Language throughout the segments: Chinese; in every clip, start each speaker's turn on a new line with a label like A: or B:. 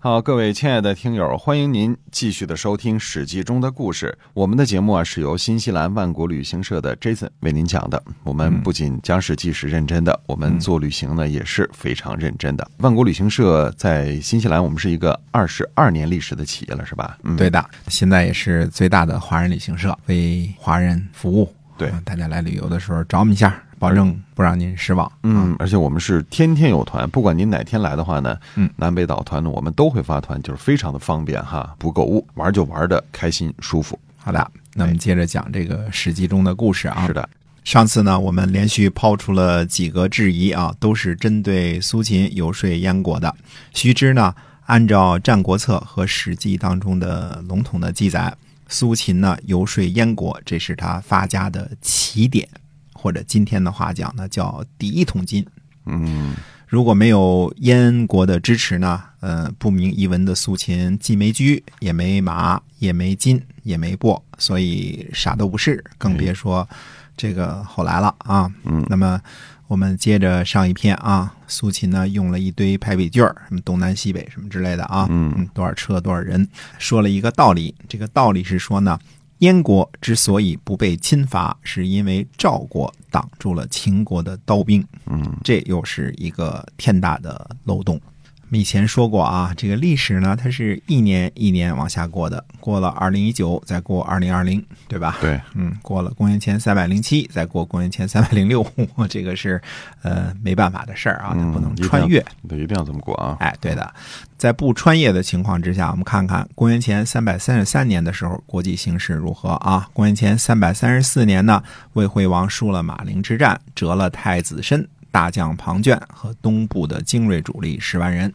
A: 好，各位亲爱的听友，欢迎您继续的收听《史记》中的故事。我们的节目啊是由新西兰万国旅行社的 Jason 为您讲的。我们不仅讲《史记》是认真的，我们做旅行呢也是非常认真的。万国旅行社在新西兰，我们是一个二十二年历史的企业了，是吧？嗯，
B: 对的，现在也是最大的华人旅行社，为华人服务。
A: 对
B: 啊大家来旅游的时候找我们一下，保证不让您失望。
A: 嗯，而且我们是天天有团，不管您哪天来的话呢，
B: 嗯
A: 南北岛团呢我们都会发团，就是非常的方便哈，不购物，玩就玩的开心舒服。
B: 好的，那我们接着讲这个《史记》中的故事啊。
A: 是的，
C: 上次呢，我们连续抛出了几个质疑啊，都是针对苏秦游说燕国的。须知呢，按照《战国策》和《史记》当中的笼统的记载，苏秦呢游说燕国，这是他发家的起点，或者今天的话讲呢，叫第一桶金。
A: 嗯，
C: 如果没有燕国的支持呢，呃，不明一文的苏秦既没车，也没马，也没金，也没帛，所以啥都不是，更别说这个后来了啊。
A: 嗯
C: 那么我们接着上一篇啊，苏秦呢用了一堆排比句儿，什么东南西北什么之类的啊，
A: 嗯
C: 多少车多少人，说了一个道理，这个道理是说呢。燕国之所以不被侵伐，是因为赵国挡住了秦国的刀兵。
A: 嗯
C: 这又是一个天大的漏洞。我们以前说过啊，这个历史呢，它是一年一年往下过的，过了二零一九，再过二零二零，对吧？
A: 对，
C: 嗯，过了公元前三百零七，再过公元前三百零六， 这个是呃没办法的事儿啊，它
A: 嗯
C: 不能
A: 一定
C: 穿
A: 要
C: 越。
A: 对，一定要这么过啊。
C: 哎，对的，在不穿越的情况之下，我们看看公元前三百三十三年的时候国际形势如何啊？公元前三百三十四年呢，魏惠王输了马陵之战，折了太子申。大将庞涓和东部的精锐主力十万人，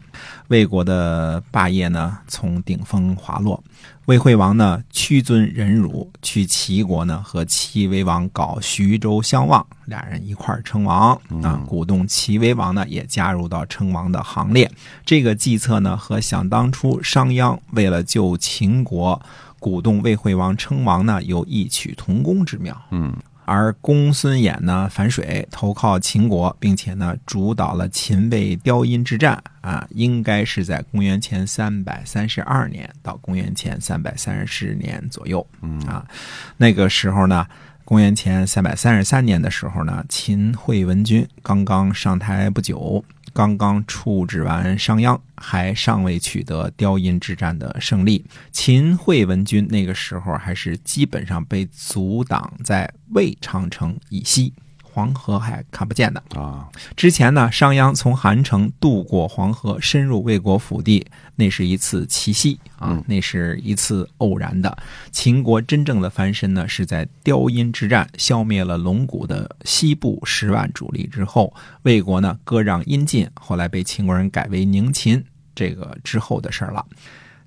C: 魏国的霸业呢从顶峰滑落。魏惠王呢屈尊忍辱，去齐国呢和齐威王搞徐州相望，俩人一块儿称王啊，鼓动齐威王呢也加入到称王的行列。这个计策呢，和想当初商鞅为了救秦国，鼓动魏惠王称王呢，有异曲同工之妙。
A: 嗯，
C: 而公孙衍呢反水投靠秦国，并且呢主导了秦魏雕阴之战啊，应该是在公元前三百三十二年到公元前三百三十年左右。嗯啊，那个时候呢，公元前三百三十三年的时候呢，秦惠文君刚刚上台不久，刚刚处置完商鞅，还尚未取得雕阴之战的胜利。秦惠文君那个时候还是基本上被阻挡在魏长城以西，黄河还看不见的。
A: 啊，
C: 之前呢，商鞅从韩城渡过黄河，深入魏国腹地，那是一次奇袭啊
A: 嗯，
C: 那是一次偶然的。秦国真正的翻身呢，是在雕阴之战消灭了龙骨的西部十万主力之后，魏国呢割让阴晋，后来被秦国人改为宁秦，这个之后的事儿了。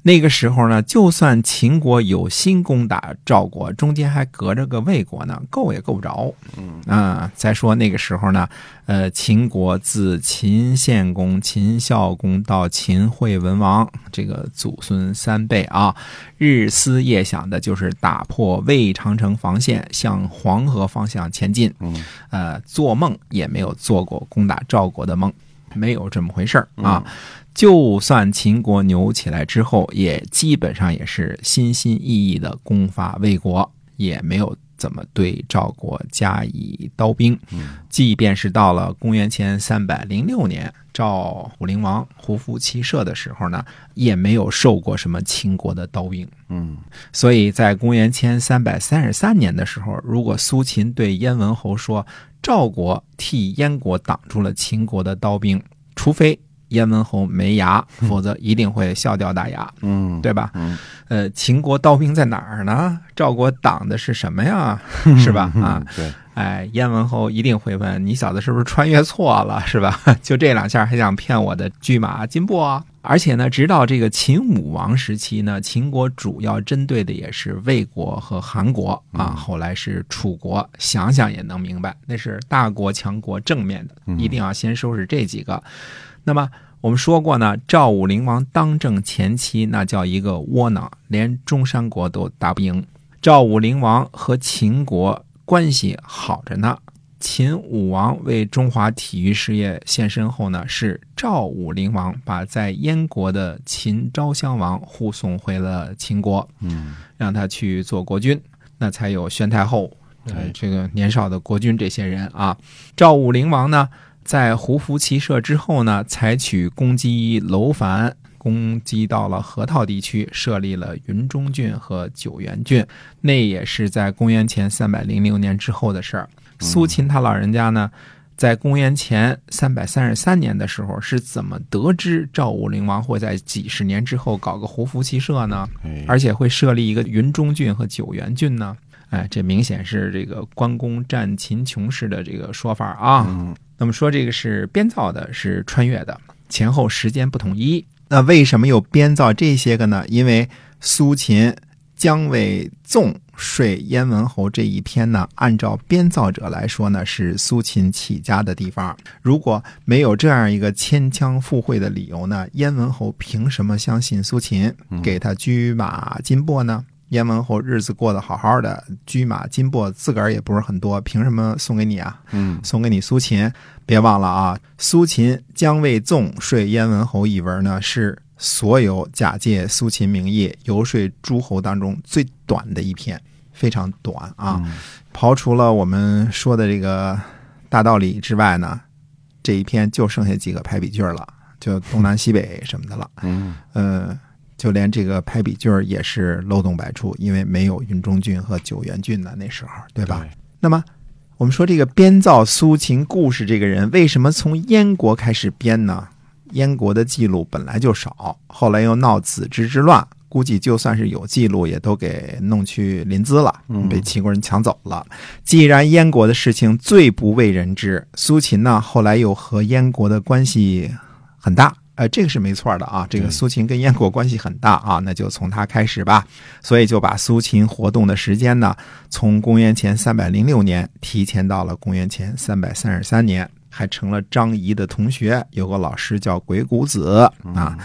C: 那个时候呢，就算秦国有心攻打赵国，中间还隔着个魏国呢，够也够不着。嗯啊，再说那个时候呢，呃，秦国自秦献公、秦孝公到秦惠文王，这个祖孙三辈啊，日思夜想的就是打破魏长城防线，向黄河方向前进。
A: 嗯，
C: 呃，做梦也没有做过攻打赵国的梦，没有这么回事儿啊。就算秦国牛起来之后，也基本上也是心心意意的攻伐魏国，也没有怎么对赵国加以刀兵。即便是到了公元前三百零六年，赵武灵王胡服骑射的时候呢，也没有受过什么秦国的刀兵。
A: 嗯，
C: 所以在公元前三百三十三年的时候，如果苏秦对燕文侯说赵国替燕国挡住了秦国的刀兵，除非燕文侯没牙，否则一定会笑掉大牙，
A: 嗯，
C: 对吧？
A: 嗯
C: 呃，秦国刀兵在哪儿呢？赵国挡的是什么 呀？是吧？啊，
A: 对，
C: 哎，燕文侯一定会问你小子是不是穿越错了，是吧？ 就这两下还想骗我的驹马金帛、而且呢，直到这个秦武王时期呢，秦国主要针对的也是魏国和韩国啊，后来是楚国。想想也能明白，那是大国强国正面的，一定要先收拾这几个。那么
D: 我们说过呢，赵武灵王当政前期那叫一个窝囊，连中山国都打不赢。赵武灵王和秦国关系好着呢。秦武王为中华体育事业献身后呢，是赵武灵王把在燕国的秦昭襄王护送回了秦国，
A: 嗯，
D: 让他去做国君，那才有宣太后，呃
A: 对，
D: 这个年少的国君这些人啊。赵武灵王呢，在胡服骑射之后呢，采取攻击楼烦，攻击到了河套地区，设立了云中郡和九原郡，那也是在公元前三百零六年之后的事儿。苏秦他老人家呢，在公元前三百三十三年的时候，是怎么得知赵武灵王会在几十年之后搞个胡服骑射呢？
A: 哎
D: 而且会设立一个云中郡和九原郡呢？
C: 嗯
D: 哎，这明显是这个关公战秦琼式的这个说法啊。
A: 嗯
D: 那么说这个是编造的，是穿越的，前后时间不统一。
C: 那为什么又编造这些个呢？因为苏秦将为纵睡燕文侯这一篇呢，按照编造者来说呢，是苏秦起家的地方。如果没有这样一个牵强附会的理由呢，燕文侯凭什么相信苏秦，给他车马金帛呢？燕文侯日子过得好好的，车马金帛自个儿也不是很多，凭什么送给你啊？
A: 嗯，
C: 送给你苏秦。别忘了啊，苏秦将为纵睡燕文侯一文呢，是所有假借苏秦名义游说诸侯当中最短的一篇，非常短啊。刨除了我们说的这个大道理之外呢，这一篇就剩下几个排比句儿了，就东南西北什么的了。
A: 嗯，
C: 呃，就连这个排比句儿也是漏洞百出，因为没有云中郡和九原郡呢，那时候对吧？
A: 对
C: 那么我们说这个编造苏秦故事这个人，为什么从燕国开始编呢？燕国的记录本来就少，后来又闹子之之乱，估计就算是有记录，也都给弄去临淄了，被齐国人抢走了。既然燕国的事情最不为人知，苏秦呢后来又和燕国的关系很大，呃，这个是没错的啊。这个
A: 对
C: 苏秦跟燕国关系很大啊，那就从他开始吧。所以就把苏秦活动的时间呢，从公元前三百零六年提前到了公元前三百三十三年，还成了张仪的同学，有个老师叫鬼谷子
A: 嗯
C: 啊。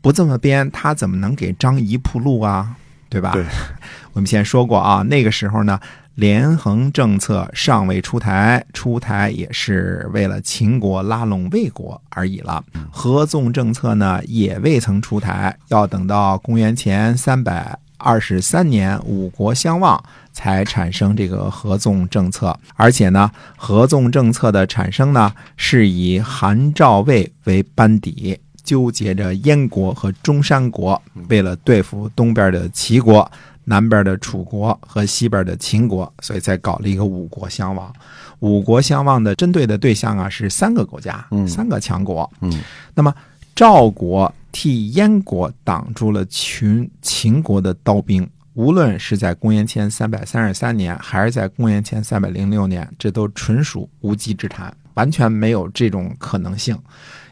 C: 不这么编，他怎么能给张仪铺路啊？对吧？
A: 对
C: 我们先说过啊，那个时候呢，连横政策尚未出台，出台也是为了秦国拉拢魏国而已了。合纵政策呢，也未曾出台，要等到公元前三百二十三年五国相望才产生这个合纵政策。而且呢，合纵政策的产生呢，是以韩赵魏为班底。纠结着燕国和中山国，
A: 嗯
C: 为了对付东边的齐国，南边的楚国和西边的秦国，所以才搞了一个五国相望。五国相望的针对的对象啊是三个国家，
A: 嗯
C: 三个强国。
A: 嗯，
C: 那么赵国替燕国挡住了秦秦国的刀兵。无论是在公元前三百三十三年，还是在公元前三百零六年，这都纯属无稽之谈，完全没有这种可能性，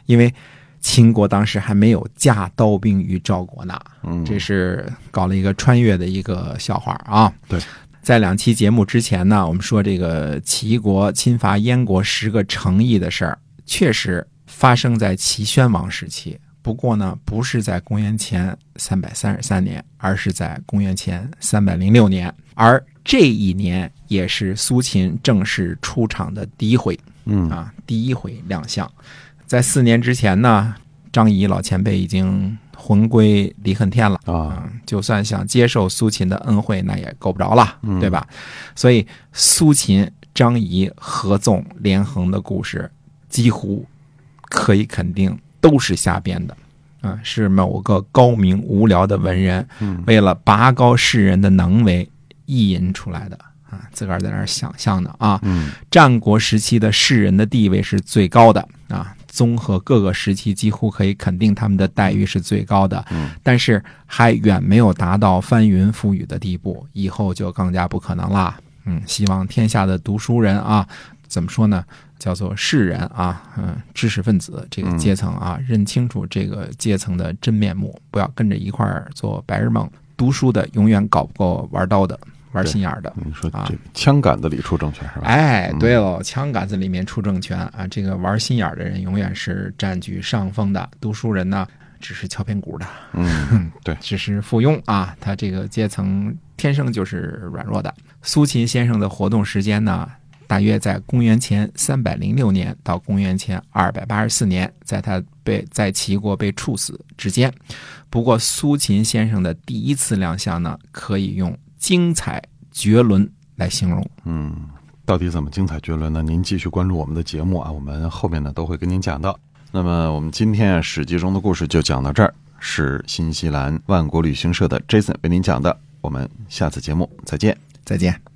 C: 因为秦国当时还没有架刀兵于赵国呢。
A: 嗯
C: 这是搞了一个穿越的一个笑话啊。
A: 对，
C: 在两期节目之前呢，我们说这个齐国侵伐燕国十个城邑的事儿，确实发生在齐宣王时期。不过呢，不是在公元前三百三十三年，而是在公元前三百零六年，而这一年也是苏秦正式出场的第一回。
A: 嗯
C: 啊，第一回亮相。在四年之前呢，张仪老前辈已经魂归离恨天了。
A: 啊，
C: 就算想接受苏秦的恩惠，那也够不着了，对吧？所以苏秦、张仪合纵连横的故事，几乎可以肯定都是瞎编的，啊、是某个高明无聊的文人，为了拔高世人的能为意淫出来的。啊，自个儿在那儿想象呢啊，
A: 嗯
C: 战国时期的士人的地位是最高的啊，综合各个时期，几乎可以肯定他们的待遇是最高的，但是还远没有达到翻云覆雨的地步，以后就更加不可能啦。嗯，希望天下的读书人啊，怎么说呢？叫做士人啊，嗯，知识分子这个阶层啊，认清楚这个阶层的真面目，不要跟着一块儿做白日梦。读书的永远搞不过玩刀的，玩心眼儿的。
A: 你说
C: 啊
A: 这枪杆子里出政权是吧？嗯
C: 哎，对喽，枪杆子里面出政权啊！这个玩心眼儿的人永远是占据上风的，读书人呢只是敲边鼓的，
A: 嗯，对，
C: 只是附庸啊，他这个阶层天生就是软弱的。苏秦先生的活动时间呢，大约在公元前三百零六年到公元前二百八十四年，在他被在齐国被处死之间。不过，苏秦先生的第一次亮相呢，可以用精彩绝伦来形容。
A: 嗯，到底怎么精彩绝伦呢？您继续关注我们的节目啊，我们后面呢都会跟您讲到。那么我们今天啊《史记》中的故事就讲到这儿，是新西兰万国旅行社的 Jason 为您讲的。我们下次节目再见。
E: 再见。